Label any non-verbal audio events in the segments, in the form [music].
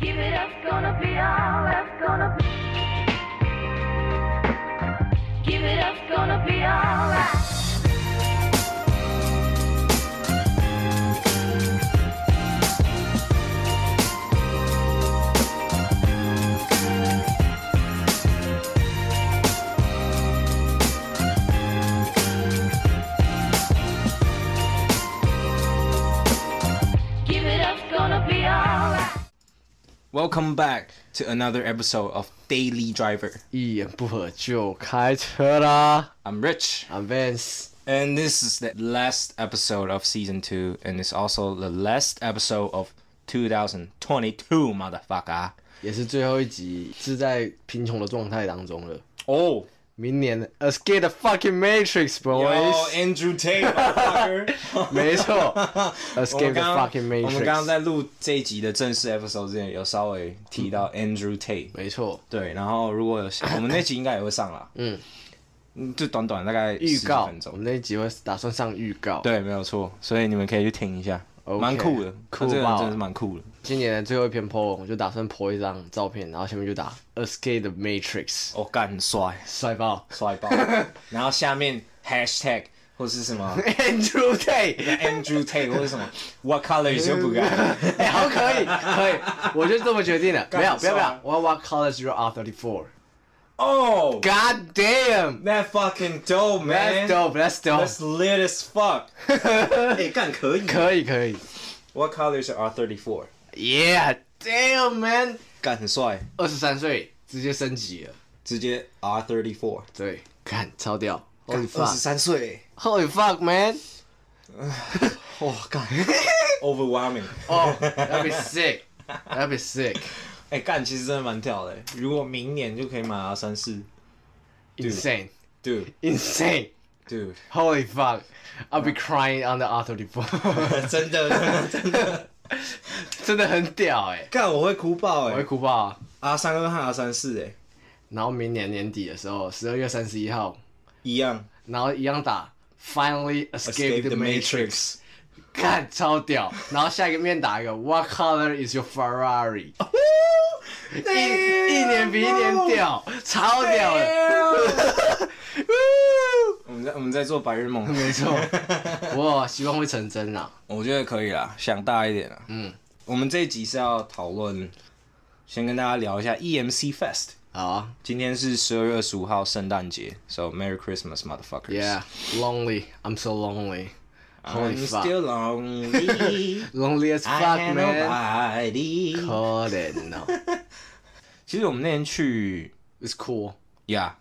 Give it up's gonna be all that's gonna be. Give it up's gonna be all right. Give it up's gonna be all right. Welcome back to another episode of Daily Driver. 一言不合就开车啦 I'm Rich, ！I'm Vance， and this is the last episode of season two, and it's also the last episode of 2022, motherfucker. 也是最后一集，是在贫穷的状态当中了。 Oh, 明年 Escape the fucking Matrix, yo, boys！ Andrew [laughs] Tate, motherfucker. Oh 没错 [laughs] 我，Escape 们 the 刚 fucking 刚我们刚刚 Matrix。在录这一集的正式 episode 之前，有稍微提到 Andrew Tate。没错，对，然后如果有我们那集应该也会上啦。嗯嗯，就短短大概预10告分，我钟们。那一集会打算上预告。，对，没有错，所以你们可以去听一下， OK，蛮酷的，他酷这个人爆真的是蛮酷的。今年的最后一篇 po，文我就打算 po 一张照片，然后下面就打 Escape the Matrix，哦，干帅帅爆帅 [laughs] 爆！然后下面 hashtag 或是什 [laughs] 么！Andrew Tate， [laughs] Andrew Tate 或是什么 What color is your blue [laughs] eye？哎、好，可以，可以，我就这么决定了。干没有，不要，很不要帅。 What what color is your R thirty four? 哦 God damn, ，That fucking dope man。 that's dope, that's That's dope. lit as fuck！哎，干可以。 [laughs] 可以，可以。 What color is R thirty four？ Yeah, damn man，干很帅，二十三岁直接升级了，直接 R thirty four。对，看超屌。干 Holy [laughs] 二十 fuck, 三岁， holy fuck man. [laughs] 哇哦 [laughs] 干，overwhelming！ Oh, that'd be sick, that'd be sick. 哎干，其实真的蛮屌的。如果明年就可以买 R 三四 Insane, ，dude insane. dude， Holy fuck, I'll be crying on the R thirty four. [laughs] 真的真的， [laughs] 真的很屌哎、 [laughs] 干我会哭爆我会哎哭爆、啊。 ！R 三二和 R 三四哎然后明年年底的时候，十二月三十一号，一样然后一样打 Finally Escape ，Escape the the Matrix， Matrix。 [laughs] 看超屌。然后下一个面打一个 What color is your Ferrari？一一年比一年屌，超屌 [laughs] 的。欸我们在我们在做白日 [laughs] 梦，没错，我希望会成真啊啦。我觉得可以啦，想大一点啦。啊嗯，我们这一集是要讨论，先跟大家聊一下 EMC Fest。好啊今天是十二月二十五号，圣诞节，so Merry Christmas, motherfuckers. ，Yeah，lonely，I'm so lonely。 I'm Holy fuck，lonely still [laughs] lonely. as I fuck have man， nobody. 可怜哦。其实我们那天去 It's cool, ，Yeah,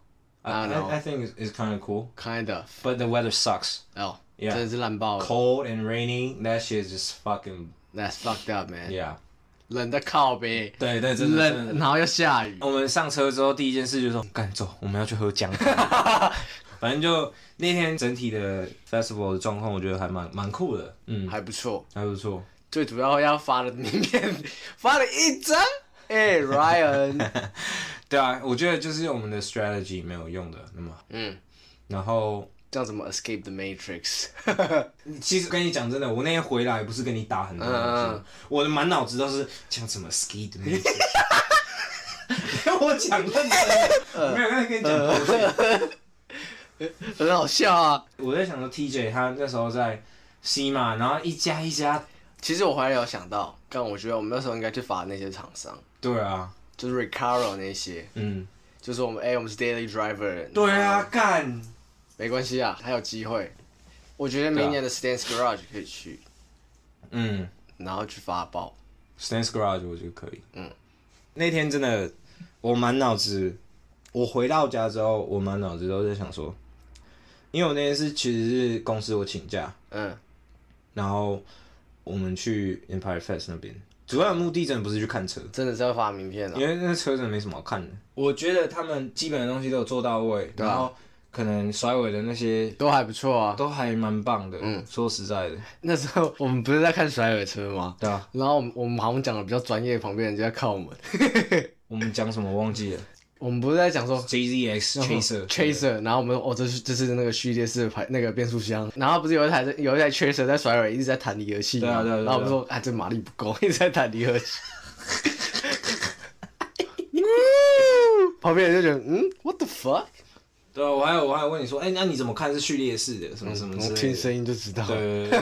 I don't know. I, I think it's kind of cool, kind of. but the weather sucks. 哦， Yeah. 真的是烂爆了 Cold and rainy, that shit is just fucking ，That's fucked up man。 yeah. 冷的靠呗， [laughs] 对对，真的。真冷，的然后又下雨，我们上车之后，第一件事就是说，干走，我们要去喝姜汤。 [laughs] [laughs] 反正就那天整体的 festival 的状况，我觉得还蛮蛮酷的，嗯，还不错。还不错。最主要要发的名片，发了一张。哎、r y a n 对啊，我觉得就是我们的 strategy 没有用的那么，嗯，然后叫什么 Escape the Matrix？ [laughs] 其实跟你讲真的，我那天回来不是跟你打很多东嗯西嗯嗯，我的满脑子都是讲 [laughs] 什么 ski 的名字。 [laughs] 我讲认真的，我没有跟跟你嗯讲狗屁。很好笑啊！我在想说 TJ 他那时候在西马，然后一家一家，其实我后来有想到，但我觉得我们那时候应该去罚那些厂商，对啊，就是 Recaro 那些，嗯，就是我们哎、我们是 Daily Driver。对啊，，干，没关系啊，还有机会。我觉得明年的啊 Stance Garage 可以去，嗯然后去发报。 ，Stance Garage 我觉得可以，嗯，那天真的我满脑子，我回到家之后，我满脑子都在想说，因为我那天是其实是公司我请假，嗯，然后我们去 Empire Fest 那边，主要的目的真的不是去看车，真的是要发名片啊了、因为那车真的没什么好看的。我觉得他们基本的东西都有做到位，啊然后可能甩尾的那些都还不错啊。都还蛮棒的。嗯说实在的，啊那时候我们不是在看甩尾车吗？对啊，然后我们我们好像讲的比较专业，旁边人就在看我们。 [laughs] 我们讲什么忘记了我们不是在讲说？JZX Chaser 嗯 Chaser，然后我们说哦，这是这是那个序列式的排那个变速箱，然后不是有一台有一台 Chaser 在甩尾，一直在弹离合器吗对啊对啊对啊 [laughs] 然后我们说啊，这马力不够，一直在弹离合器。嗯旁边人就觉得嗯，what the fuck？对啊，我还有我还有问你说，哎、那你怎么看是序列式的什么什么之嗯类我听的？声音就知道嗯对对对对对，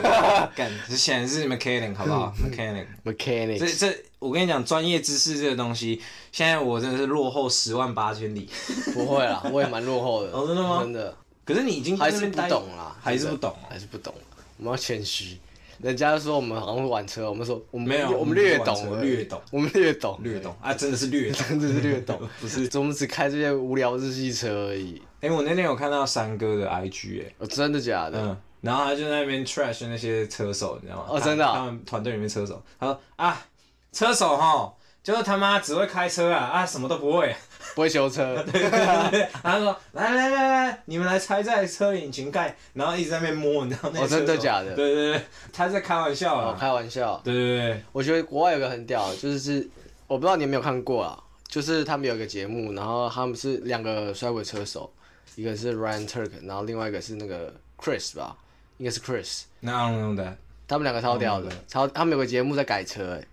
干，这显然是 mechanic 好不好？mechanic，这 mechanics。这，我跟你讲，专业知识这个东西，现在我真的是落后十万八千里。 [laughs] 不会啦，我也蛮落后的。哦真的吗真的，可是你已经还在是那边不待懂啦，还是不懂哦。还是不懂。我们要谦虚，人家说我们好像是玩车，我们说我们没有我我们们不略玩懂车而已，略懂我们略懂，略懂啊，真的是略 [laughs] 懂。，真的是略懂不是我们只开这些无聊日系车而已。 [laughs] 哎、我那天有看到三哥的 IG 哎、哦，真的假的？嗯，然后他就在那边 trash 那些车手，你知道吗？哦他真的啊他们团队里面车手，他说啊，车手哈，就是他妈只会开车啊，啊什么都 [laughs] 不会。不会 [laughs] 修车，然后他说来来来来，你们来拆这台车的引擎盖，然后一直在那边摸，你知道那些哦真的车手假的对对对，他在开玩笑我啊。哦开玩笑。对对对，我觉得国外有个很屌的，就是是我不知道你有没有看过啊，就是他们有一个节目，然后他们是两个摔尾车手，一个是 Ryan Turk，然后另外一个是那个 Chris 吧，应该是 Chris，那 I don't know that。他们两个超屌的嗯，超他们有个节目在改车、欸，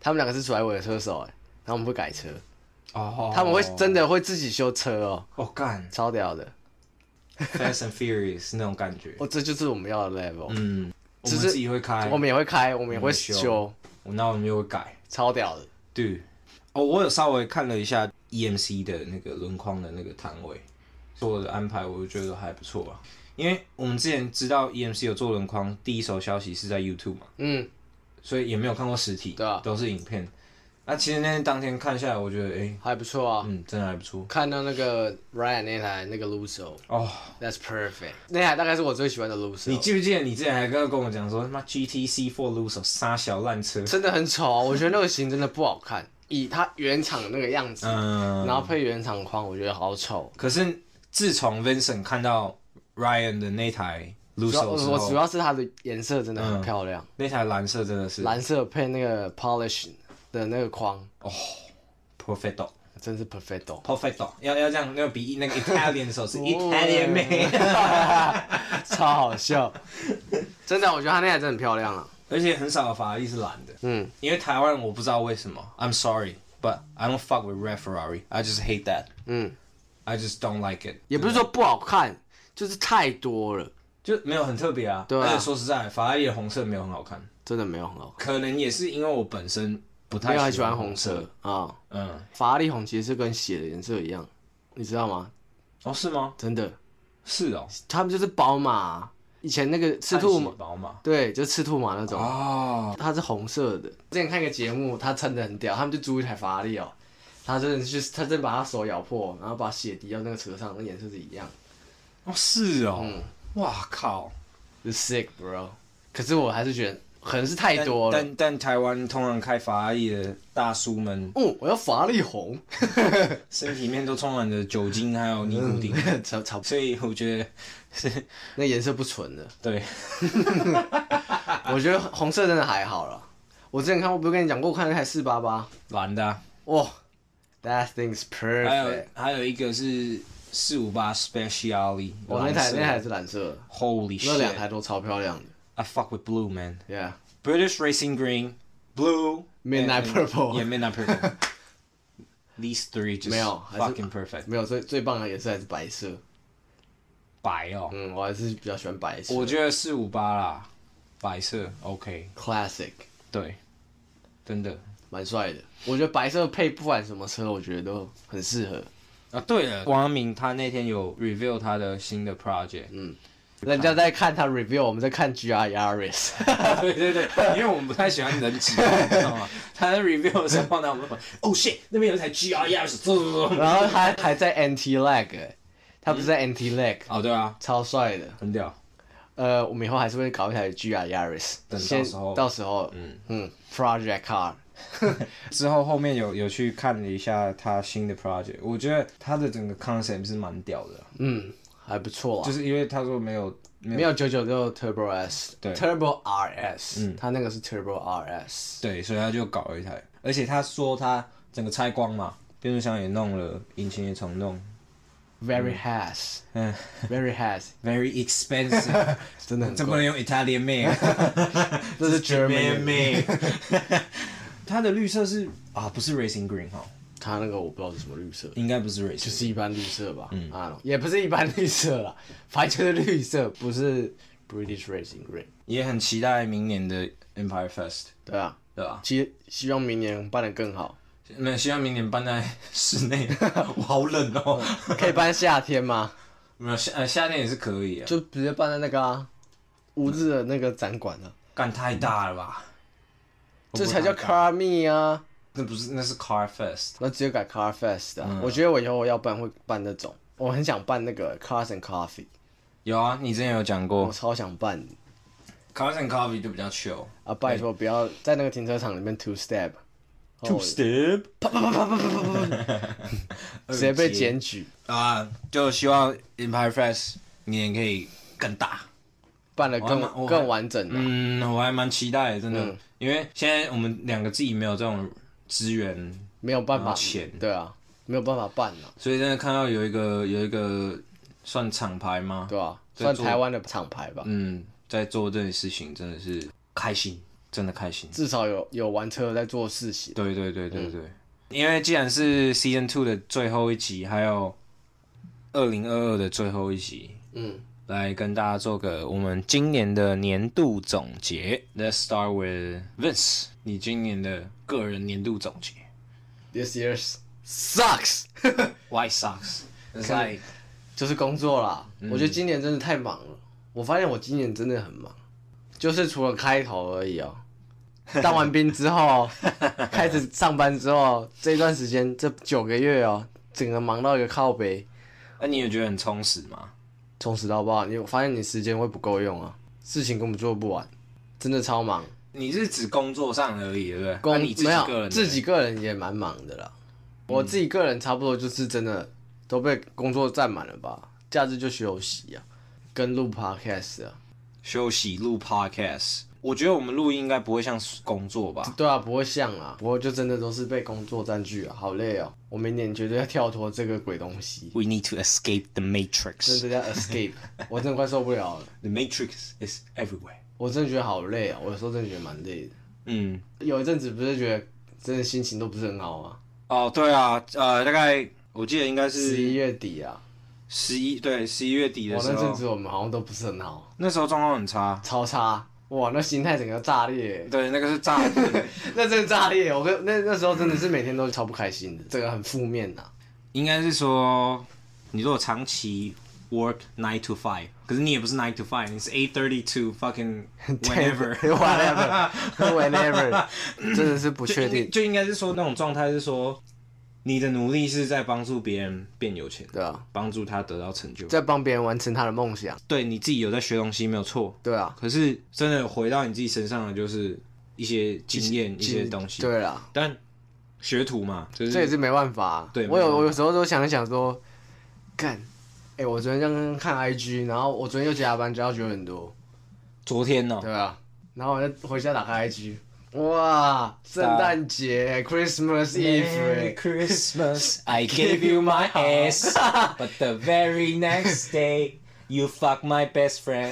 他们两个是甩尾的车手、欸，哎，他们会改车，哦，他们会真的会自己修车哦、哦干超屌的， ，Fast and Furious [laughs] 那种感觉。哦，这就是我们要的 level，、嗯，我只们是自己会开，我们也会开，我们也我会们修修，那我们就会改。超屌的，对，哦，我有稍微看了一下 EMC 的那个轮框的那个摊位做的安排，我就觉得还不错啊。因为我们之前知道 EMC 有做轮框，第一手消息是在 YouTube 嘛，嗯，所以也没有看过实体，对啊都是影片。那、其实那天当天看下来，我觉得，哎、还不错啊。嗯，真的还不错看到那个 Ryan 那台那个 Luso，哦。 That's perfect。那台大概是我最喜欢的 Lucy，你记不记得你之前还跟跟我讲说，他妈 GTC Four l u s o 杀小烂车，真的很丑啊，我觉得那个型真的不好看，以它原厂那个样子，嗯，然后配原厂框，我觉得好丑。可是自从 Vincent 看到 Ryan 的那台 l u 主 s 要 o 之我主后，要是它的颜色真的很漂亮，那台蓝色真的是蓝色配那个 polish 的那个框， perfecto 真是 perfecto。 [laughs] perfecto，要要这样，那个鼻音那个 Italian 的手 [laughs] 势 Italian Italian man， [laughs] 超好笑，真的，我觉得它那台真的很漂亮啊。而且很少有法拉利是蓝的，嗯，因为台湾我不知道为什么，I'm sorry but I don't fuck with red Ferrari, I just hate that, 嗯， I just don't like it，也不是说不好看，就是太多了，就没有很特别啊，对啊而且说实在，法拉利的红色没有很好看，真的没有很好可能也是因为我本身不看。没太有很喜欢红色，啊，嗯，法拉利红其实是跟血的颜色一样，你知道吗？哦是吗？真的，是哦，他们就是宝马，以前那个赤兔马马，宝马对，就赤兔马那种，哦，它是红色的。之前看一个节目，他真的很屌，他们就租一台法拉利哦，他真的就是他真的把他手咬破，然后把血滴到那个车上，那颜色是一样，哦是哦嗯，哇靠。就 sick bro。可是我还是觉得可能是太多了但。但但台湾通常开法拉利的大叔们嗯，我要法拉利红， [laughs] 身体里面都充满着酒精还有尼古丁，差差不 [laughs] 多，所以我觉得是那颜色不纯的。对我觉得红色真的还好了。我之前看，我不是跟你讲过，我看那台四八八，蓝的啊、哇，that thing's 还有 perfect。还有一个是四五八 Speciali，我哦那台那台是蓝色的。 Holy 那两台 shit！I 都超漂亮的 fuck with blue man。 ，Yeah。 British Racing Green Blue Midnight and- Purple Yeah Midnight [laughs] Purple。These three just 没有还是 fucking perfect。 [laughs] 没有最最棒的颜色还是白色，白哦，嗯，我还是比较喜欢白色。我觉得四五八啦，白色 OK， classic 对，真的。蛮帅的，我觉得白色配不管什么车，我觉得都很适 [laughs] 合。啊，对了，王阳明他那天有 reveal 他的新的 project，人家在看他 review，我们在看 GR Yaris， [laughs] [laughs] 对对对，因为我们不太喜欢人挤，你知道吗？他在 review 的时候呢，我们说，哦 shit，那边有一台 E GR 钥匙，走走走。然后他还在 anti lag，、欸、他不是在 anti lag，、哦，对啊，超帅的。很屌，呃，我们以后还是会搞一台 GR Yaris，等到时候到时候，嗯嗯，project car，之后后面有有去看了一下他新的 project，我觉得他的整个 concept 是蛮屌的，嗯，还不错啦。就是因为他说没有没有没有九九六 Turbo S，对 Turbo RS，嗯它那个是 Turbo RS，对，所以他就搞了一台，而且他说他整个拆光嘛，变速箱也弄了，引擎也重弄， very has，嗯 very has， ，very [laughs] expensive，真的很这不能贵，用 Italian [laughs] make。这是 German， [laughs] 妹，它的绿色是啊，不是 Racing Green 哈，它那个我不知道是什么绿色，应该不是 race，就是一般绿色吧，嗯啊，也不是一般绿色啦，反正就是绿色，不是 British Racing Red，也很期待明年的 Empire Fest，对啊，对吧？希希望明年办得更好，那希望明年办在室 [laughs] 内，我好冷哦。可以办夏天吗？ [laughs] 没有夏呃夏天也是可以啊，就直接办在那个啊，乌日的那个展馆啊，干太大了吧？这才叫会不会太大 Car Me 啊，那不是那是 Car Fest，那直接改 Car Fest 嗯啊，我觉得我以后要办会办那种，我很想办那个 Cars and Coffee，有啊，你之前有讲我过超想办的 Cars and Coffee 就比较 chill。啊，拜托不要在那个停车场里面 Two Step。哎哦 Two Oh step， [laughs] 直接被检举，啊！就希望 Empire Fest 明年可以更大。办的更我还蛮我还更完整啊的、嗯，我还蛮期待的，真嗯的，因为现在我们两个自己没有这种资源，没有办法花钱，对啊，没有办法办啊，所以真的看到有一个有一个算厂牌吗？对啊，在算做台湾的厂牌吧，嗯，在做这件事情真的是开心，真的开心。至少有有玩车在做事情，对对对嗯对对，因为既然是 Season Two 的最后一集，还有二零二二的最后一集，嗯，来跟大家做个我们今年的年度总结。Let's start with Vince，你今年的个人年度总结。 This year's sucks， [laughs] White Sox，It's 看 like 就是工作啦。我觉得今年真的太忙了，我发现我今年真的很忙，就是除了开头而已哦、当完兵之后，哦开始上班之后，哦这一段时间这九个月哦、整个忙到一个靠背，那、啊你有觉得很充实吗？充实到爆。你我发现你时间会不够用啊，事情根本做不完，真的超忙。你是指工作上而已，对不对？工、那啊你自没己有个人呢嗯自己个人也蛮忙的啦。我自己个人差不多就是真的都被工作占满了吧，假日就休息啊，跟录 podcast 啊，休息录 Podcast，我觉得我们录音应该不会像工作吧？对啊，不会像啊，不过就真的都是被工作占据啊，好累哦。我明年绝对要跳脱这个鬼东西， We need to escape the 真 matrix. 的要 [laughs] escape，我真的快受不了了， The matrix is everywhere. 我真的觉得好累啊，我有时候真的觉得蛮累的。嗯，有一阵子不是觉得真的心情都不是很好啊，哦，对啊，呃，大概我记得应该十一是月底啊，十一，对，十一月底我的时那阵子候，我们好像都不是很好，那时候状况很差。超差，哇，那心态整个炸裂、对，那个是炸 [laughs] 那真的炸裂！我跟那那时候真的是每天都超不开心的，这个很负面呐、应该是说，你如果长期 work nine to five，可是你也不是 nine to five，你是 eight thirty to [laughs] fucking whenever。 whatever，whenever，真 [laughs] 的是不就确应定，就应该是说那种状态是说，你的努力是在帮助别人变有钱，对啊，帮助他得到成就。在帮别人完成他的梦想，对你自己有在学东西没有错，对啊，可是真的回到你自己身上的就是一些经验、一些东西。对啦，但学徒嘛，就这也是是没办法啊、对没我办有法我有时候都想一想说，干，哎、我昨天刚刚看 IG，然后我昨天又加班加到九点多，昨天哦呢、对啊，然后我就回家打开 IG，哇，圣诞节 Christmas Eve，哎 Christmas, I gave you my ass, but the very next day you fuck my best friend。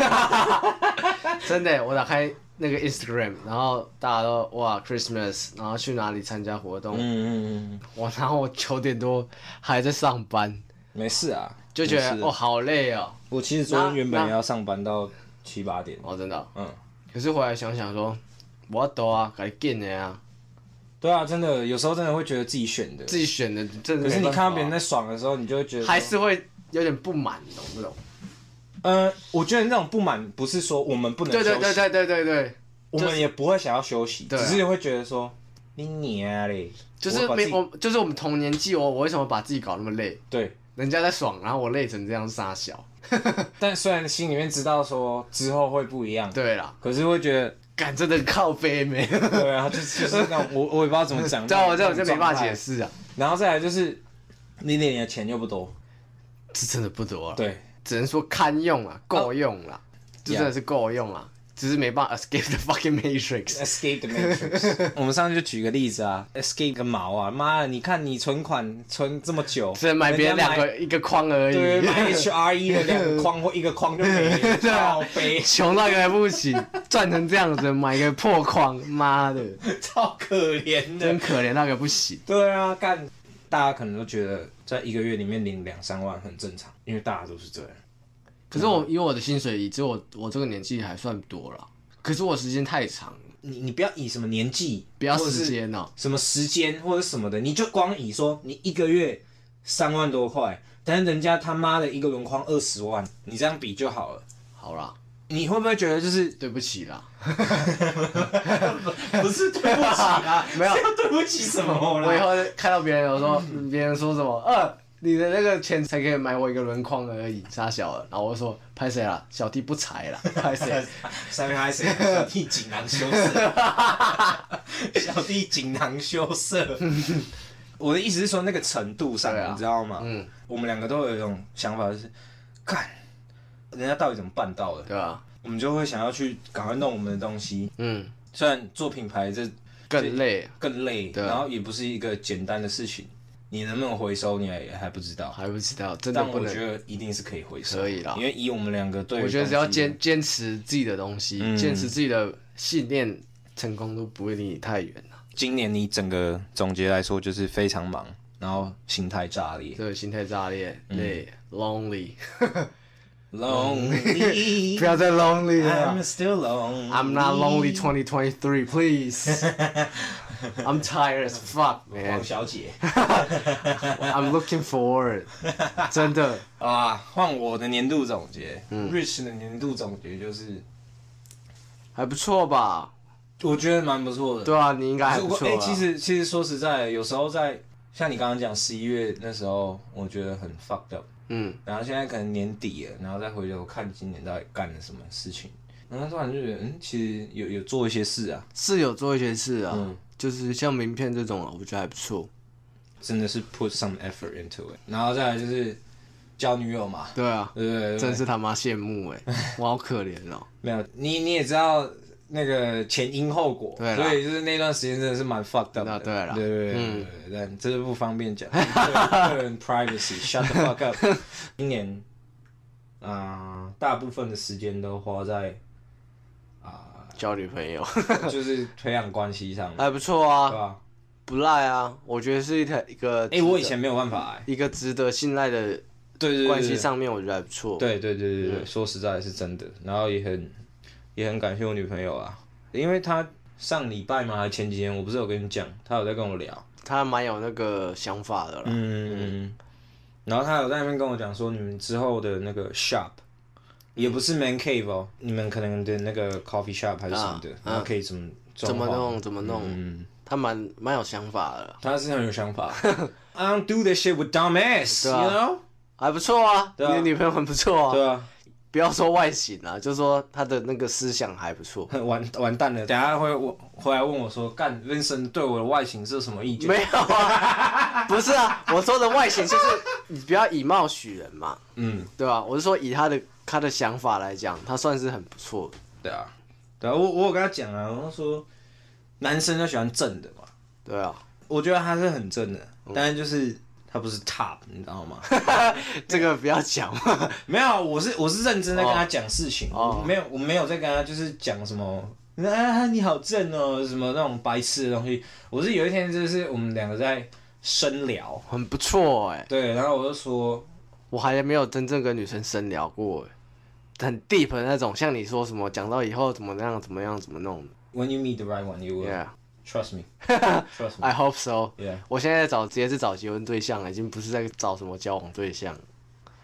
真的，我打开那个 Instagram，然后大家都哇 Christmas，然后去哪里参加活动， [laughs] 嗯嗯嗯，哇，然后我九点多还在上班，没事啊，就觉没事得啊哦好累哦，我其实昨天原本也要上班到七八点。哦真的哦、嗯，可是回来想想说，我都啊，该见的啊，对啊，真的有时候真的会觉得自己选的，自己选的，真的没办法。啊可是你看到别人在爽的时候，你就会觉得说还是会有点不满，懂不懂？呃，我觉得那种不满不是说我们不能休对息，对对对对对对，我们也不会想要休息，对啊只是会觉得说你娘嘞，就是我把自没己我就是我们同年纪，我我为什么把自己搞那么累？对，人家在爽，然后我累成这样傻笑。但虽然心里面知道说之后会不一样， [laughs] 对啦，可是会觉得干真的靠背欸没？对啊，就是就是那种我我也不知道怎么讲， [laughs] 对啊，我这我那种这没办状法态解。释啊，然后再来就是你领的钱又不多，这真的不多了，，啊对，哦只能说堪用啊，够用啦，这 Yeah 真的是够用啊，只是没办法 escape the [laughs] fucking matrix。 Escape the [laughs] Matrix。我们上次就举个例子啊，Escape 个毛啊！妈的，你看你存款存这么久，只能买别人两家买个一个框而对，买已， [laughs] HRE 的两个框或一个框就没了，对啊超 [laughs] 悲，穷到一个不行，赚成这样子，买一 [laughs] 个破框，妈的，超可怜真的。可怜到一个不行。对啊，干大家可能都觉得在一个月里面领两三万很正常，因为大家都是这样。可是我以我的薪水，以只有我我这个年纪还算多了，可是我时间太长了，你你不要以什么年纪，不要或者是时间哦、什么时间或者什么的，你就光以说你一个月三万多块，但是人家他妈的一个轮框二十万，你这样比就好了。好啦，你会不会觉得就是对不起啦，不是对不起 [laughs] 啦没有是要对不起什么我以啦？后看到别人有说，嗯别人说什么，呃，你的那个钱才可以买我一个轮框而已，傻小了。然后我就说，拍谁啦？小弟不才啦，拍谁？ [laughs] 三位 [laughs] 还是小弟锦囊羞 [laughs] 涩，小弟锦囊羞涩。我的意思是说那个程度上，对啊你知道吗？嗯，我们两个都有一种想法，就是看人家到底怎么办到的，对吧？我们就会想要去赶快弄我们的东西，嗯，虽然做品牌这更累，更累，对啊然后也不是一个简单的事情，你能不能回收你也还不知道，还不知道，真的但不我能。觉得一定是可以回收，可以啦因为以我们两个对，我觉得只要坚，坚持自己的东西，嗯坚持自己的信念，成功都不会离你太远啊了。今年你整个总结来说就是非常忙，然后心态炸裂这个心态炸裂，累、l o n e l y ，lonely，不要再 lonely 了 I'm。still lonely。 I'm not lonely 2023, please. I'm tired as fuck, 王 man. 小姐 I'm [laughs] looking forward. 真的，啊，换我的年度总结、r 嗯 i c h 的年度总结就是，还不错吧？我觉得蛮不错的。对啊，你应该还如不果错哎、啊。其实其实说实在，有时候在像你刚刚讲十一月那时候，我觉得很 fucked up。嗯，然后现在可能年底了，然后再回头看今年到底干了什么事情，然后突然就觉得，嗯，其实有有做一些事啊，是有做一些事啊，嗯就是像名片这种啊，我觉得还不错。真的是 put some effort into it。然后再来就是交女友嘛，对啊，对不对？真是他妈羡慕 [laughs] 哎、我好可怜哦。没有你你也知道那个前因后果，对啦所以就是那段时间真的是蛮 fucked up 那的，对啦对对对对嗯对但这是不方便讲，个人个人 privacy，shut the fuck up。今年，啊、大部分的时间都花在啊、交女朋友就是培养关系上，对还不错啊，吧？不赖啊，我觉得是一条一个哎、值我得以前没有办法、哎，一个值得信赖的对对对对关系上面，我觉得还不错。，对对对对对，嗯说实在是真的，然后也很也很感谢我女朋友啊，因为她上礼拜嘛，还前几天我不是有跟你讲，她有在跟我聊。他蛮有那个想法的啦。嗯，然后他有在那边跟我讲说，你们之后的那个 shop 也不是 man cave 哦，你们可能的那个 coffee shop 还是什么的，啊然后可以怎么怎么装潢弄怎么弄，嗯，他蛮蛮有想法的，他是很有想 [laughs] 法。I don't do that shit with dumb ass，you 对啊 know？还不错啊，对啊你的女朋友很不错啊。对啊，。不要说外形啊， [laughs] 就说她的那个思想还不错 [laughs] 完完蛋了，等一下会我回来问我说，干 Vincent 对我的外形是有什么意见？没有啊， [laughs] 不是啊，我说的外形就是你不要以貌取人嘛，嗯，对吧、我是说以她的她的想法来讲，她算是很不错的，对啊，对啊，我我有跟他讲啊，我说男生都喜欢正的嘛，对啊，我觉得他是很正的，嗯但是就是他不是 top，你知道吗？ [laughs] 这个不要讲嘛，没有，啊我是我是认真在跟他讲事情，哦我没有我没有在跟他就是讲什么。啊，你好正哦，什么那种白痴的东西。我是有一天就是我们两个在深聊，很不错哎、对，然后我就说，我还没有真正跟女生深聊过、欸，很 deep 的那种，像你说什么讲到以后怎么样怎么样怎么弄的 When you meet the right one, you will ，Yeah，I trust [laughs] me, trust me, hope so。 yeah。我现在找直接是找结婚对象了，已经不是在找什么交往对象，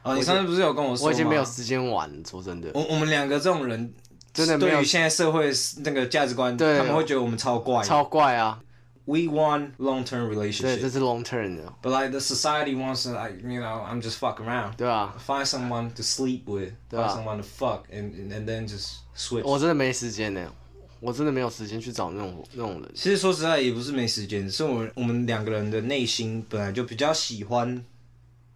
哦，你上次不是有跟我说吗我已经没有时间玩。说真的，我我们两个这种人，真的没有对于现在社会那个价值观，对他们会觉得我们超怪。超怪啊！ We want long-term 对，这 relationship, 是 long term 的， but like the society wants to, like you know, I'm just fuck around. 对啊， find someone to sleep with, Yeah. find someone to fuck, and and, and then just switch. 我真的没时间呢、我真的没有时间去找那种那种人。其实说实在也不是没时间，是我们我们两个人的内心本来就比较喜欢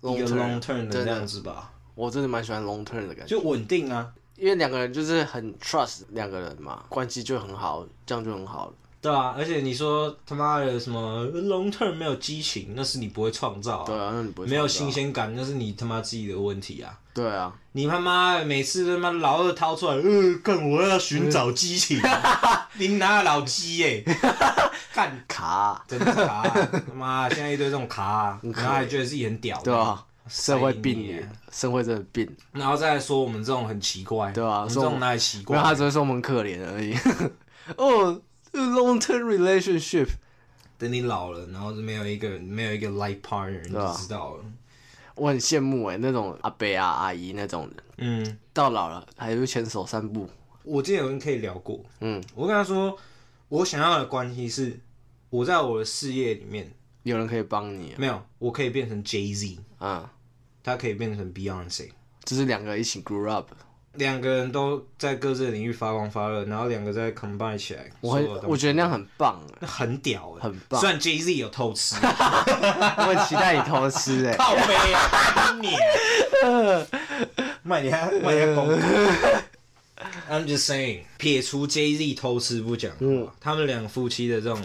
一个 long term 的真这样的，子吧，我真的蛮喜欢 long term 的感觉，就稳定啊。因为两个人就是很 trust 两个人嘛，关系就很好，这样就很好了。对啊，而且你说他妈的什么 long term 没有激情，那是你不会创造、对啊，那你不会没有创新造鲜感，那是你他妈自己的问题啊！对啊，你他妈的每次他妈老二掏出来，呃，干我要寻找激 [laughs] 情，你哪有老鸡耶、 [laughs] 干，卡，真的是卡、啊，他妈现在一堆这种卡、啊，然后还觉得自己很屌，对啊，社会塞病你耶啊，社会真的病，然后再来说我们这种很奇怪，对啊我们这说我种们哪里奇怪没有？他只会说我们可怜而已。 [laughs] 哦，long term relationship，等你老了，然后就没有一个没有一个 life partner，你对啊就知道了。我很羡慕哎，那种阿伯啊、阿姨那种人，嗯，到老了还会牵手散步。我之前有跟 K 聊过，嗯，我跟他说，我想要的关系是，我在我的事业里面有人可以帮你没有，我可以变成 Jay Z，啊，他可以变成 Beyonce，就是两个一起 grew up。两个人都在各自的领域发光发热，然后两个再 combine 起来，我很所有的东西我觉得那样很棒欸，那很屌哎、很棒虽然 Jay Z 有偷 [laughs] 吃，我很期待你偷吃 [laughs] 哎。靠背啊，你卖你还卖你还公主 I'm just saying，撇除 Jay Z 偷吃不讲，嗯，他们两夫妻的这种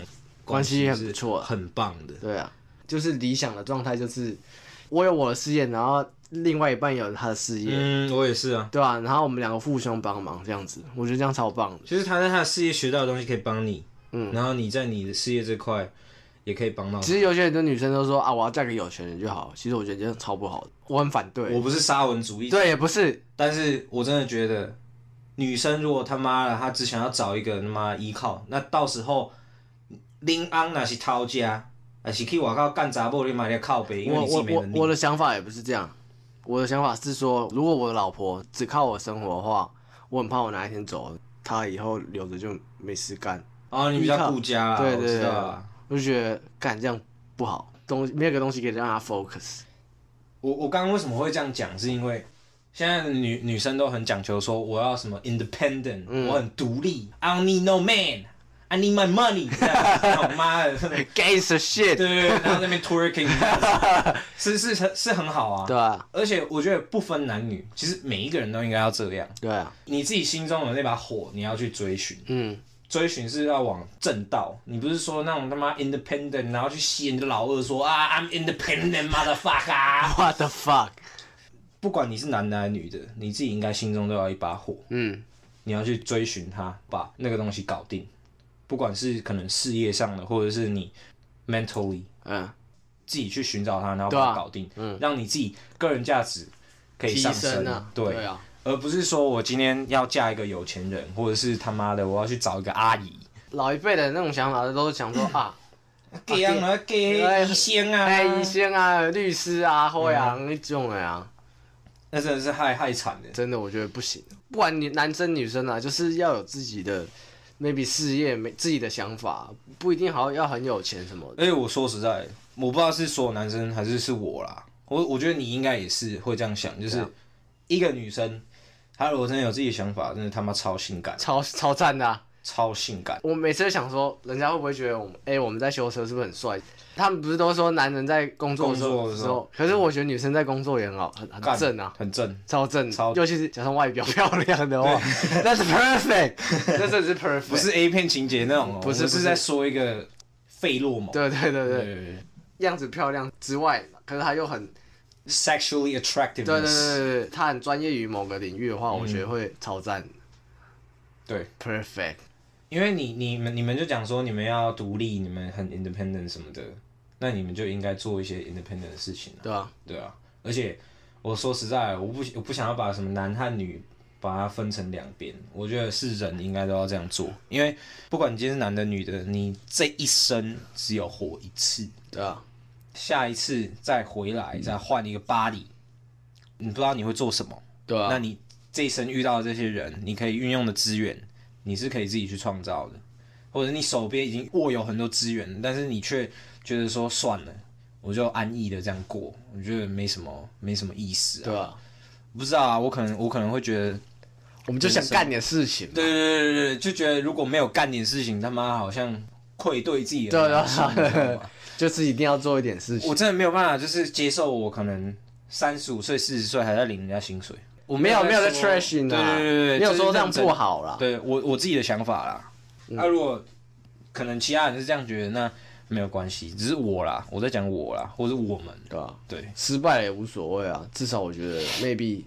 关系很是不错啊很棒的。对啊，就是理想的状态就是我有我的事业，然后另外一半有他的事业，嗯，我也是啊。对啊，然后我们两个互相帮忙这样子，我觉得这样超棒的。就是他在他的事业学到的东西可以帮你，嗯然后你在你的事业这块也可以帮到其他。实有些人的女生都说啊，我要嫁给有钱人就好，其实我觉得这样超不好的，我很反对。我不是沙文主义，对，也不是，但是我真的觉得，女生如果他妈的她只想要找一个他妈依靠，那到时候拎安那是掏家，还是去外靠干杂布，你买点靠背，因为我你自己我没我能我力。的想法也不是这样，我的想法是说，如果我的老婆只靠我生活的话，我很怕我哪一天走了，她以后留着就没事干，哦，你比较顾家啦，对我对知对道啊啦。我就觉得干这样不好，东没有个东西可以让她 focus。 [laughs] 我我刚刚为什么会这样讲，是因为现在的女女生都很讲求说我要什么 independent，、我很独立，I don't need no man，I need my money，这 [laughs] 样子然后妈的，对 Gangster shit，对对，然后在那边 twerking，是是是是很好啊，对啊，而且我觉得不分男女，其实每一个人都应该要这样。对啊，你自己心中有那把火，你要去追寻，嗯， [laughs] 追寻是要往正道。你不是说那种他妈 independent，然后去吸引你的老二说啊，I'm independent motherfucker。 What the fuck？不管你是男的还是女的，你自己应该心中都要一把火，嗯，你要去追寻它，把那个东西搞定。不管是可能事业上的，或者是你 mentally 嗯，自己去寻找它，然后对啊把它搞定，让你自己个人价值可以提上升升啊，对啊，而不是说我今天要嫁一个有钱人，或者是他妈的我要去找一个阿姨，老一辈的那种想法都是 [laughs] 想说 [laughs] 啊，给啊，我要 [laughs] 给医生啊，哎，医生啊，律师啊，后阳那种的啊，那真的是害害惨的。真的我觉得不行，不管你男生女生啊，就是要有自己的 maybe 事业，没自己的想法，不一定好要很有钱什么的。而且哎我说实在，我不知道是所有男生还是是我啦，我我觉得你应该也是会这样想，啊就是一个女生，她如果真的有自己的想法，真的他妈超性感，超超赞的啊、超性感。我每次都想说，人家会不会觉得我们哎、我们在修车是不是很帅？他们不是都说男人在工作的时工作候，的时候可是我觉得女生在工作也很好，很干很正啊，很正，超正，超尤其是加上外表 [laughs] 漂亮的话，那是 perfect，那真的是 perfect。不是，A 片情节那种、哦，不是我们是不是在说一个费洛蒙，对对对对，对样子漂亮之外，可是他又很， ，sexually attractiveness，对对对对对，呃他很专业于某个领域的话，我觉得会超赞对，perfect。因为你你们你们就讲说你们要独立，你们很 independent 什么的，那你们就应该做一些 independent 的事情啊，对啊，对啊。而且我说实在，我不我不想要把什么男和女把它分成两边，我觉得是人应该都要这样做，因为不管你今天是男的女的，你这一生只有活一次，对啊，下一次再回来再换一个 body，你不知道你会做什么，对那啊，你这一生遇到的这些人，你可以运用的资源，你是可以自己去创造的，或者你手边已经握有很多资源，但是你却觉得说算了，我就安逸的这样过，我觉得没什么没什么意思啊。对啊，不知道啊，我可能我可能会觉得，我们就想干点事情嘛。对对对对对，就觉得如果没有干点事情，他妈好像愧对自己的对啊良心你知道吗 [laughs] 就是一定要做一点事情我。真的没有办法，就是接受我可能三十五岁、四十岁还在领人家薪水。我没有没有在说 trashing 啊，对对对对没有就是说这样认真不好啦。嗯对我我自己的想法啦。那、如果可能其他人是这样觉得，那没有关系，只是我啦，我在讲我啦，或者我们，对吧、对失败也无所谓啊，至少我觉得 maybe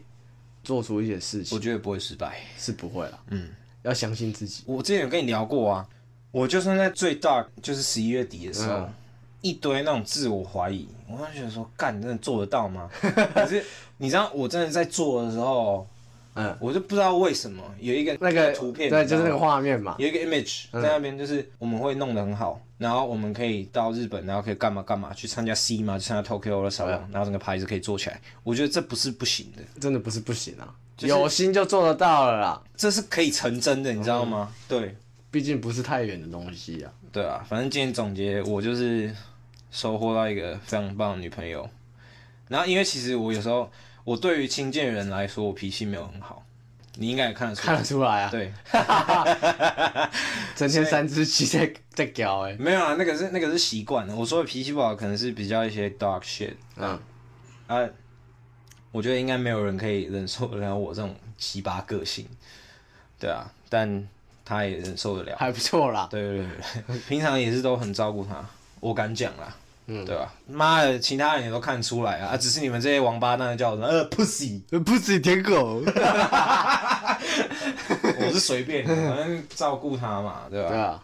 做出一些事我情觉得不会失败。是不会了，嗯，要相信自己。我之前有跟你聊过啊，我就算在最大就是十一月底的时候，嗯一堆那种自我怀疑，我当时觉得说，干，真的做得到 [laughs] 吗？可是你知道，我真的在做的时候，嗯，我就不知道为什么有一个那个图片，对，你知就道是那吗个画面嘛。有一个 image 在嗯那边，就是我们会弄得很好，然后我们可以到日本，然后可以干嘛干嘛，去参加 C 嘛，去参加 Tokyo 的 s a 对 l 啊然后整个牌子可以做起来。我觉得这不是不行的，真的不是不行啊，就是有心就做得到了啦。这是可以成真的，你知道嗯吗？对，毕竟不是太远的东西啊。对啊，反正今天总结，我就是收获到一个非常棒的女朋友。然后，因为其实我有时候，我对于亲近人来说，我脾气没有很好，你应该也看得出看来得。出来啊，对，整天三只鸡在在搞哎、没有啊，那个是那个是习惯了。我说的脾气不好，可能是比较一些 dark shit 嗯，啊。我觉得应该没有人可以忍受得了我这种奇葩个性，对啊，但他也忍受得了。还不错啦。对对对对，平常也是都很照顾他，我敢讲啦，嗯，对吧？妈的，其他人也都看出来啊，啊只是你们这些王八蛋叫我呃 pussy，不止舔狗，我是随便的，反正照顾他嘛，对吧？对 [laughs] 啊，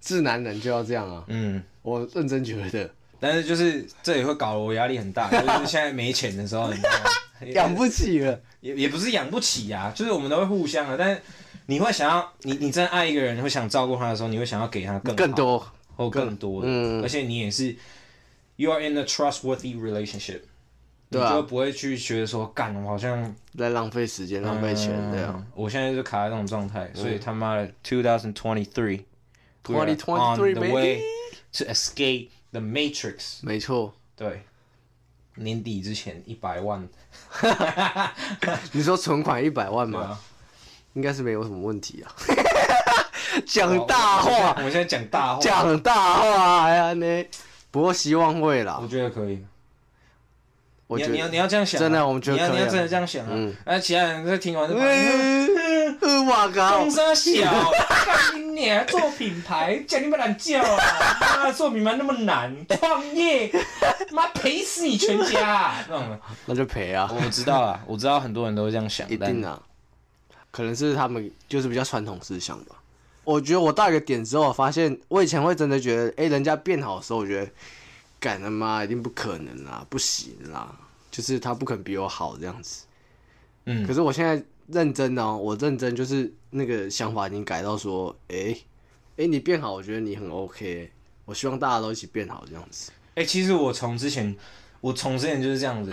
治男人就要这样啊。嗯，我认真觉得但是就是这也会搞得我压力很大，就是现在没钱的时候，你知道 [laughs] 吗？养不起了，也也不是养不起呀、就是我们都会互相的，但是你会想要你你真爱一个人，你会想照顾他的时候，你会想要给他更更好多或更多的，嗯而且你也是，you are in a trustworthy relationship，、对你啊就不会去觉得说，干，我好像在浪费时间、浪费钱啊嗯这样。嗯我现在就卡在这种状态，所以他妈的2023 we are ，2023 on the way baby， to escape the matrix，没错。对，年底之前一百 [laughs] 万，你说存款一百万对吗？啊，应该是没有什么问 [laughs] 题啊。讲大话我，现在讲大话，讲大话哎呀呢。不过希望会啦我，觉得可以。我你觉要得嗯你要你要这样想啊，真的我们觉得你要可以你啊要真的这样想啊嗯！那其他人在听完就把哎 [laughs] 嗯，我靠公！司小，干你娘！做品牌，叫你们懒叫啊！妈，做品牌那么难，创业，妈赔死你全家、啊！那种，那就赔啊，我知道啊，我知道很多人都会这样想，一定啊。可能是他们就是比较传统思想吧。我觉得我到一个点之后，我发现我以前会真的觉得，哎、人家变好的时候，我觉得，干他妈一定不可能啦，不行啦，就是他不肯比我好这样子。嗯可是我现在认真哦，我认真就是那个想法已经改到说，哎、诶哎、你变好，我觉得你很 OK，我希望大家都一起变好这样子。哎、其实我从之前，我从之前就是这样子、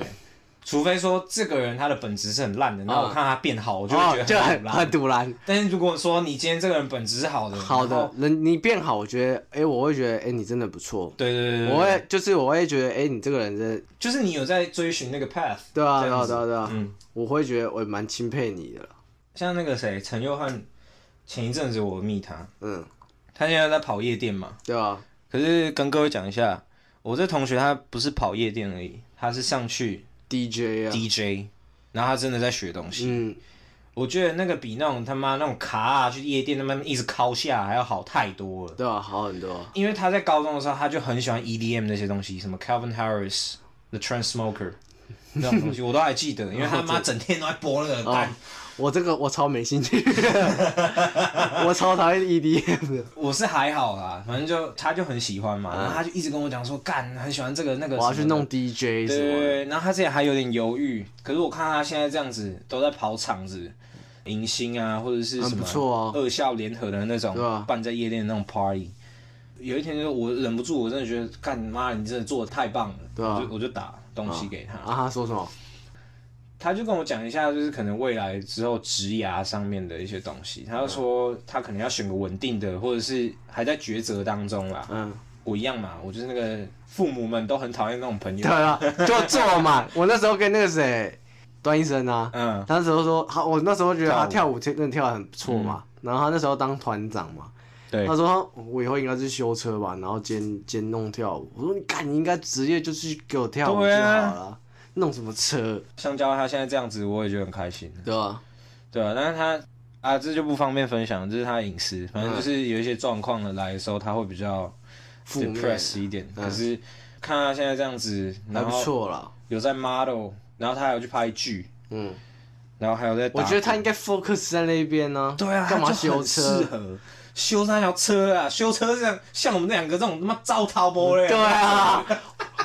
除非说这个人他的本质是很烂的，那我看他变好，我就会啊哦，觉就得很很烂。啊很堵然。但是如果说你今天这个人本质是好的，好然的后，人你变好，我觉得，哎、我会觉得，哎、你真的不错。对对对对对，我会就是我会觉得，哎、你这个人真的，就是你有在追寻那个 path，对啊，这对样啊，子对啊，对啊，嗯，我会觉得我蛮钦佩你的啦。像那个谁陈佑翰，前一阵子我密他，嗯，他现在在跑夜店嘛，对啊，可是跟各位讲一下，我这同学他不是跑夜店而已，他是上去 DJ 啊， DJ，、然后他真的在学东西。嗯，我觉得那个比那种他妈那种卡啊去夜店他妈一直敲下还要好太多了。对啊，好很多啊。因为他在高中的时候，他就很喜欢 EDM 那些东西，什么 Calvin Harris、The [laughs] Transmoker 那种东西，我都还记得，因为他妈整天都在播那个哦蛋。，我这个我超没兴趣， [laughs] 我超讨厌 EDM 的，我是还好啦，反正就他就很喜欢嘛，然后他就一直跟我讲说，干很喜欢这个那个。嗯我要去弄。DJ 对什对么的。对，然后他之前还有点犹豫，可是我看他现在这样子都在跑场子，迎新啊，或者是很什么不错哦二校联合的那种对啊，办在夜店的那种 party。有一天就我忍不住，我真的觉得干妈，你真的做的太棒了，对啊我就我就打东西给他，啊，他说什么？他就跟我讲一下，就是可能未来之后职涯上面的一些东西。他就说啊他可能要选个稳定的，或者是还在抉择当中啦。嗯，我一样嘛，我就是那个父母们都很讨厌那种朋友对。啊，就做嘛。我那时候跟那个谁，段医生啊，嗯，他那时候说，他我那时候觉得他跳嗯跳舞真的跳的很不错嘛，然后他那时候当团长嘛，对他说嗯我以后应该是修车吧，然后兼兼弄跳舞。我说你看你应该职业就是给我跳舞就好对啊了，弄什么车？香蕉他现在这样子，我也觉得很开心。对吧、对啊，但是他啊，这就不方便分享，这是他的隐私。反嗯正就是有一些状况的来的时候，他会比较负面嗯 depress 一点。可是看他现在这样子，还然不后错啦。有在 model，然后他还有去拍剧，嗯，然后还有在打我觉得他应该 focus 在那边呢、对啊，干嘛他就修很适车？合修那条车啊，修车这样像我们两个这种他妈糟蹋波嘞。嗯对啊，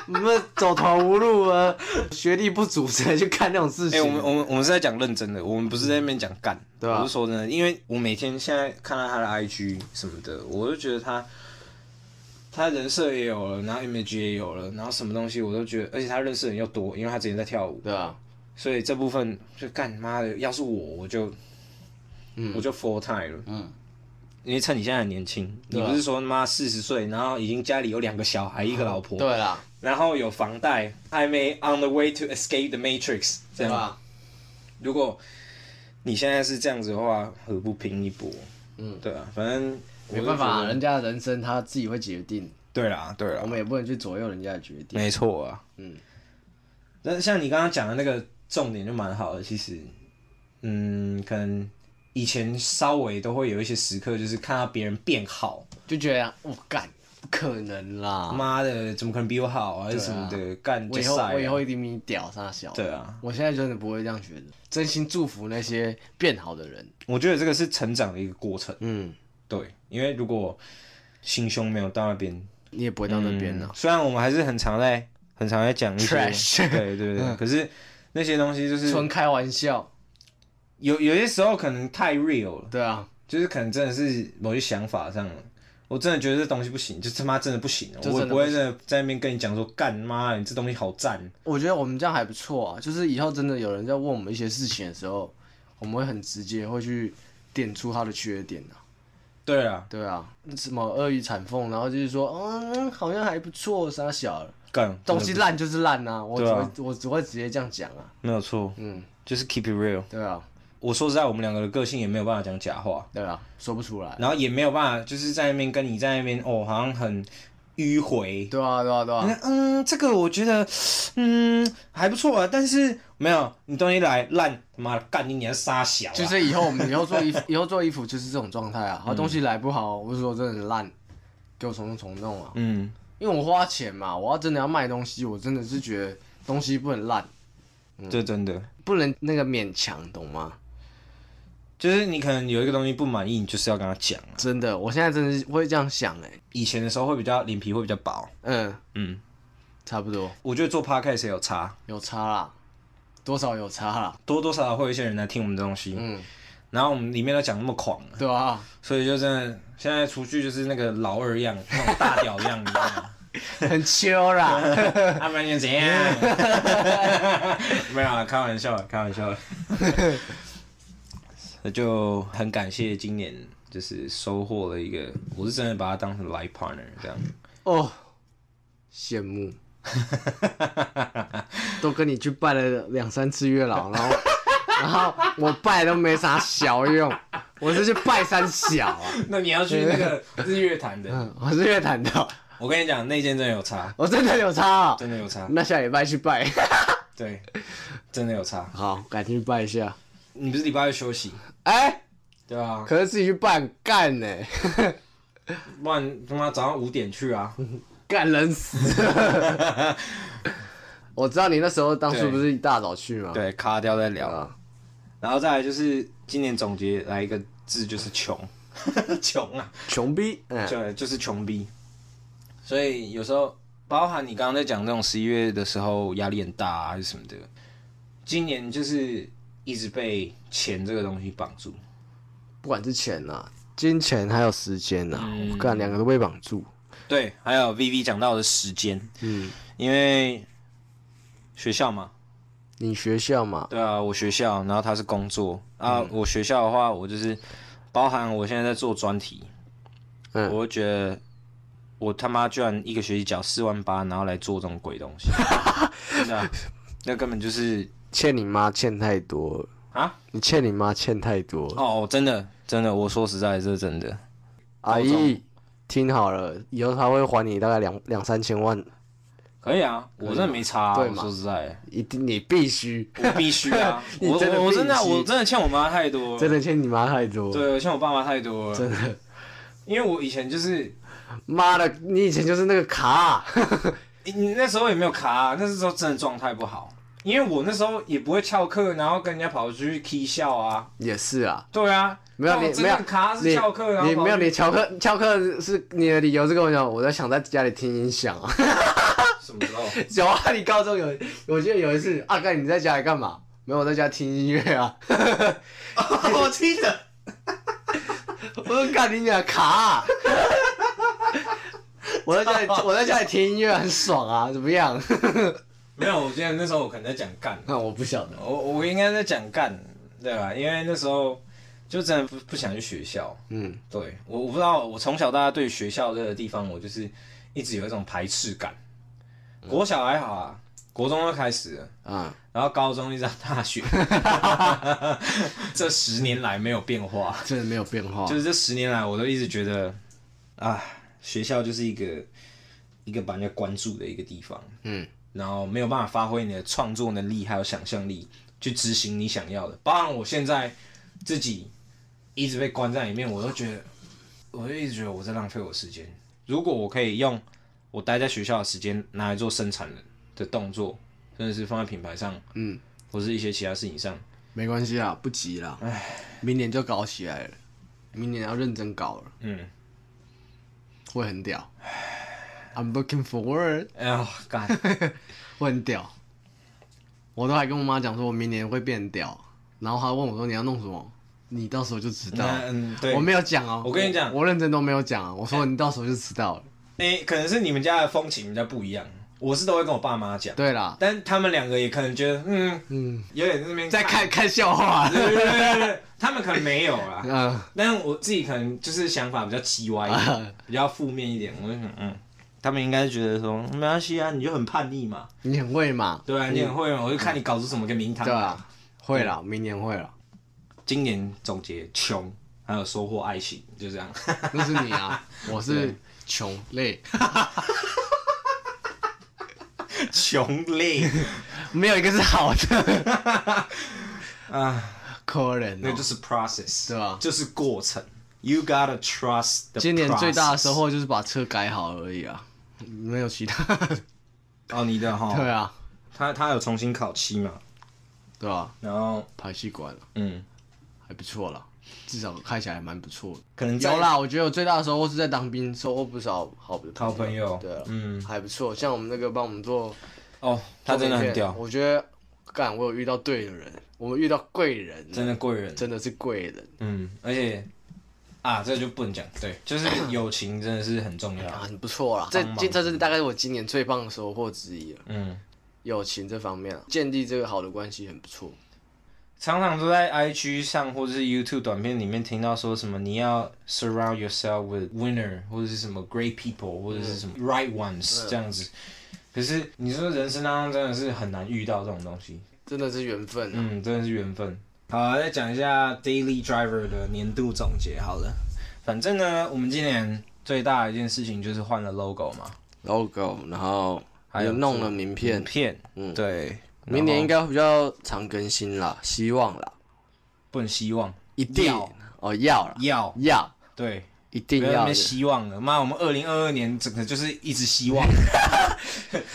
我们走投无路啊，学历不足谁去干那种事哎、情？我们我们我们是在讲认真的，我们不是在那边讲干。对啊我是说真的，因为我每天现在看到他的 IG 什么的，我就觉得他他人设也有了，然后 image 也有了，然后什么东西我都觉得，而且他认识的人又多，因为他之前在跳舞，对啊，所以这部分就干妈的，要是我我就、我就 full time 了。嗯，因为趁你现在很年轻，你对啊不是说他妈四十岁，然后已经家里有两个小孩，一个老婆，嗯对啊啦，然后有房贷，I may on the way to escape the matrix，这对样。吧？如果你现在是这样子的话，何不拼一搏？嗯，对啊，反正我没就办法、啊觉得人家的人生他自己会决定，对啦，对啦我，们也不能去左右人家的决定。没错啊。嗯，但像你刚刚讲的那个重点就蛮好的，其实，嗯，可能以前稍微都会有一些时刻，就是看到别人变好，就觉得我干、不可能啦！妈的，怎么可能比我好啊，还是什么的，干啊我就以后晒啊。我以后一定比你屌，傻小。对啊，我现在真的不会这样觉得，真心祝福那些变好的人。我觉得这个是成长的一个过程。嗯，对，因为如果心胸没有到那边，你也不会到那边啊呢、嗯虽然我们还是很常在很常在讲一些 Trash 嗯对对对，可是那些东西就是纯开玩笑。有有些时候可能太 real 了，对啊，就是可能真的是某些想法上了。我真的觉得这东西不行，就他妈真的不行了。就我也真的不会在在那边跟你讲说，干妈，你这东西好赞。我觉得我们这样还不错啊。就是以后真的有人在问我们一些事情的时候，我们会很直接，会去点出他的缺点啊。对啊，对啊，什么阿谀谄奉，然后就是说，嗯，好像还不错，傻小了。干东西真的烂就是烂啊，我只对会、啊我只会直接这样讲啊。不没有错，嗯，就是 keep it real。对啊，我说实在，我们两个的个性也没有办法讲假话，对啊，说不出来。然后也没有办法就是在那边跟你在那边哦，好像很迂回，对啊，对啊，对啊。嗯，这个我觉得，嗯，还不错啊，但是没有你东西来烂，他妈的干你娘杀小、啊，就是以后我们以后做衣服，以后做衣服就是这种状态啊。好东西来不好，我是说真的烂，给我重弄重弄啊。嗯，因为我花钱嘛，我要真的要卖东西，我真的是觉得东西不能烂，这真的不能那个勉强，懂吗？就是你可能有一个东西不满意，你就是要跟他讲啊。真的，我现在真的是会这样想哎、以前的时候会比较脸皮会比较薄，嗯，嗯，差不多我觉得做 podcast 也有差，有差啦，多少有差啦。多多少少会有一些人来听我们的东西，嗯，然后我们里面都讲那么狂了，对啊，所以就真的现在出去就是那个老二样，那种大屌样，你知道吗？很秋啦。他们就怎样？ [laughs] 没有啊，开玩笑的，开玩 [laughs] 笑的。那就很感谢今年就是收获了一个，我是真的把它当成 life partner 这样。哦，羡慕，都跟你去拜了两三次月老，然后 [laughs] 然后我拜都没啥小用，我是去拜三小啊，那你要去那个日月潭的，嗯， [laughs] 我是乐坛的， [laughs] 我跟你讲，那件真的有差，我真的有差啊、真的有差，那下礼拜去拜， [laughs] 对，真的有差。好，赶紧去拜一下。你不是礼拜二休息，哎、对啊，可是自己去拜很干呢、 [laughs] 不然他妈早上五点去啊。干人死。我知道你那时候当初不是一大早去吗？对，卡掉再聊。啊，然后再来就是今年总结来一个字就是 [laughs] 穷，穷啊。穷逼，嗯，对，就是穷逼。所以有时候，包含你刚刚在讲那种十一月的时候压力很大、啊、还是什么的，今年就是一直被钱这个东西绑住。不管是钱呐、啊，金钱还有时间呐、啊，嗯我干两个都被绑住。对，还有 VV 讲到的时间，嗯，因为学校嘛，你学校嘛，对啊，我学校，然后他是工作啊，我学校的话，我就是包含我现在在做专题，嗯我就觉得。我他妈居然一个学期缴四万八，然后来做这种鬼东 [laughs] 西，真的啊、那根本就是欠你妈欠太多了啊？你欠你妈欠太多了。哦，真的，真的，我说实在，这是真的。阿姨，听好了，以后她会还你大概两两三千万，可以啊，我真的没差、啊。对我嘛说实在的，一定你必须，！我必须啊 [laughs] 你我真的我我真的必须我真的欠我妈太多了，真的欠你妈太多。，对，欠我爸妈太多了。真的，因为我以前就是，妈的，你以前就是那个卡啊， [laughs] 你你那时候也没有卡、啊，那时候真的状态不好。因为我那时候也不会翘课，然后跟人家跑去 K 笑啊，也是啊。对啊，没有那你我真没有的卡你是翘课，然后你跑没有去你翘课翘课是你的理由是跟我讲，我在想在家里听音响啊。什么时候？ [laughs] 有啊，你高中有，我记得有一次，阿、啊、干你在家里干嘛？没有，我在家听音乐啊。 [laughs] 哦我记得，我说干你俩卡啊、 [laughs] 我在家 [laughs] 里我在家里听音乐很爽啊，怎么样？没有，我记得那时候我可能在讲干，那 [laughs] 我不晓得。我我应该在讲干，对吧？因为那时候就真的不不想去学校，嗯，对我我不知道，我从小到大对学校这个地方，我就是一直有一种排斥感。国小还好啊，国中就开始了，啊、然后高中一直到大学， [laughs] 这十年来没有变化。真的没有变化。就是这十年来，我都一直觉得，啊，学校就是一个一个把人家关注的一个地方，嗯，然后没有办法发挥你的创作能力还有想象力去执行你想要的。包含我现在自己一直被关在里面，我都觉得，我就一直觉得我在浪费我时间。如果我可以用我待在学校的时间拿来做生产的动作，甚至是放在品牌上，嗯，或是一些其他事情上，没关系啦，不急啦，明年就搞起来了，明年要认真搞了，嗯，会很屌。I'm looking forward，哎呀， [laughs] 干，会很屌。我都还跟我妈讲说，我明年会变屌，然后她问我说你要弄什么，你到时候就知道。那嗯，对，我没有讲哦、我跟你讲哎我认真都没有讲、啊，我说你到时候就知道了。诶、可能是你们家的风情比较不一样，我是都会跟我爸妈讲，对啦，但他们两个也可能觉得，嗯嗯，有点在那边在看看笑话。 [laughs] 对，对对对 [laughs] 他们可能没有啦，嗯，但我自己可能就是想法比较叽歪一啊点，比较负面一点，我就想，嗯，他们应该觉得说没关系啊，你就很叛逆嘛，你很会嘛？对啊，你很会嘛，我就看你搞出什么个名堂。对啊，会嗯啦，明年会啦，今年总结穷，还有收获爱情，就这样。那是你啊，我是穷累， [laughs] 穷累没有一个是好的， [laughs] 啊，可能、那就哦。是 process，对啊就是过程。You gotta trust the 今年最大的 process 收获就是把车改好而已啊，没有其他。哦，你的哈，对啊，他他有重新烤漆嘛，对啊，然后排气管啊嗯，还不错啦，至少开起来还蛮不错的。可能在有，啦，我觉得我最大的收获是在当兵，收获不少好的好朋友对啊，嗯还不错。像我们那个帮我们做，哦，他真的很做影片屌，我觉得干，我有遇到对的人，我们遇到贵人，真的贵人，真的是贵人嗯，而且啊，这就不能讲，对，就是友情真的是很重啊，要，很不错啦。这帮忙这这是大概是我今年最棒的收获之一了，嗯，友情这方面啊，建立这个好的关系很不错。常常都在 IG 上或者是 YouTube 短片里面听到说什么你要 surround yourself with winner 或者是什么 great people 或者是嗯什么 right ones 这样子，可是你说人生当中真的是很难遇到这种东西，真的是缘分啊！嗯，真的是缘分。好啊，再讲一下 Daily Driver 的年度总结好了。反正呢，我们今年最大的一件事情就是换了 logo 嘛， logo，然后还有也弄了名影片，片，嗯对，明年应该会比较常更新啦，希望啦，不能希望，一定要哦要啦要要对，一不定要那要边的，希望了。妈，我们二零二二年整个就是一直希 [laughs] 望，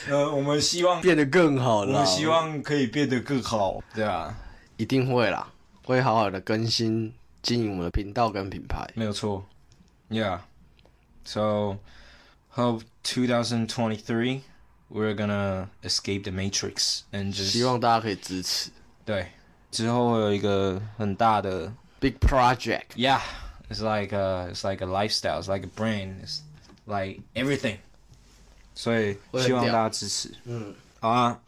呃，我们希望，变得更好我啦，们希望可以变得更好，对啊，一定会啦，会好好的更新经营我们的频道跟品牌。没有错，Yeah. So hope 2023 we're gonna escape the matrix and just 希望大家可以支持对之后会有一个很大的 Big Project， Yeah. It's like a it's like a lifestyle. It's like a brand. It's like everything. 所以会很希望大屌家支持。嗯好啊，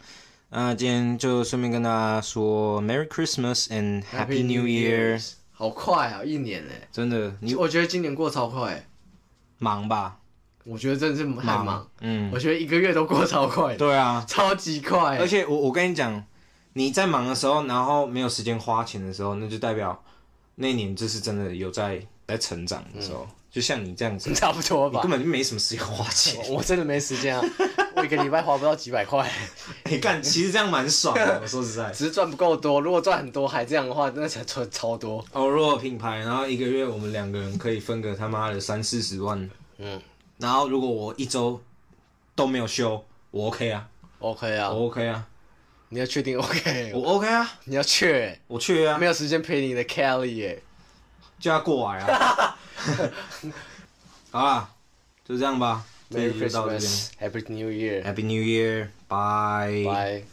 那今天就顺便跟大家说 Merry Christmas and Happy New Year。好快啊，一年哎、真的，你我觉得今年过超快欸、忙吧？我觉得真的是太忙，嗯我，觉得一个月都过超快的，对啊。超级快欸、而且我我跟你讲，你在忙的时候，然后没有时间花钱的时候，那就代表那一年就是真的有在在成长的时候，就像你这样子，差不多你嗯吧哦根。本就没什么时间花钱。我我真的没时间啊，我一个礼拜花不到几百块， [laughs] 你干，其实这样蛮爽的。我说实在，只是赚不够多。如果赚很多还这样的话，那才赚超多。哦，如果品牌，然后一个月我们两个人可以分个他妈的三四十万，嗯然后如果我一周都没有休，我 OK 啊， ，OK 啊，我 OK 啊，你要确定 [laughs] OK，我 OK 啊，你要确，我去啊没，有时间陪你的 Kelly 耶。叫他过来啊。 [laughs] 好啦，就这样吧，这 Merry 集就到这边 Christmas, Happy New Year， ，Happy New Year，拜。拜。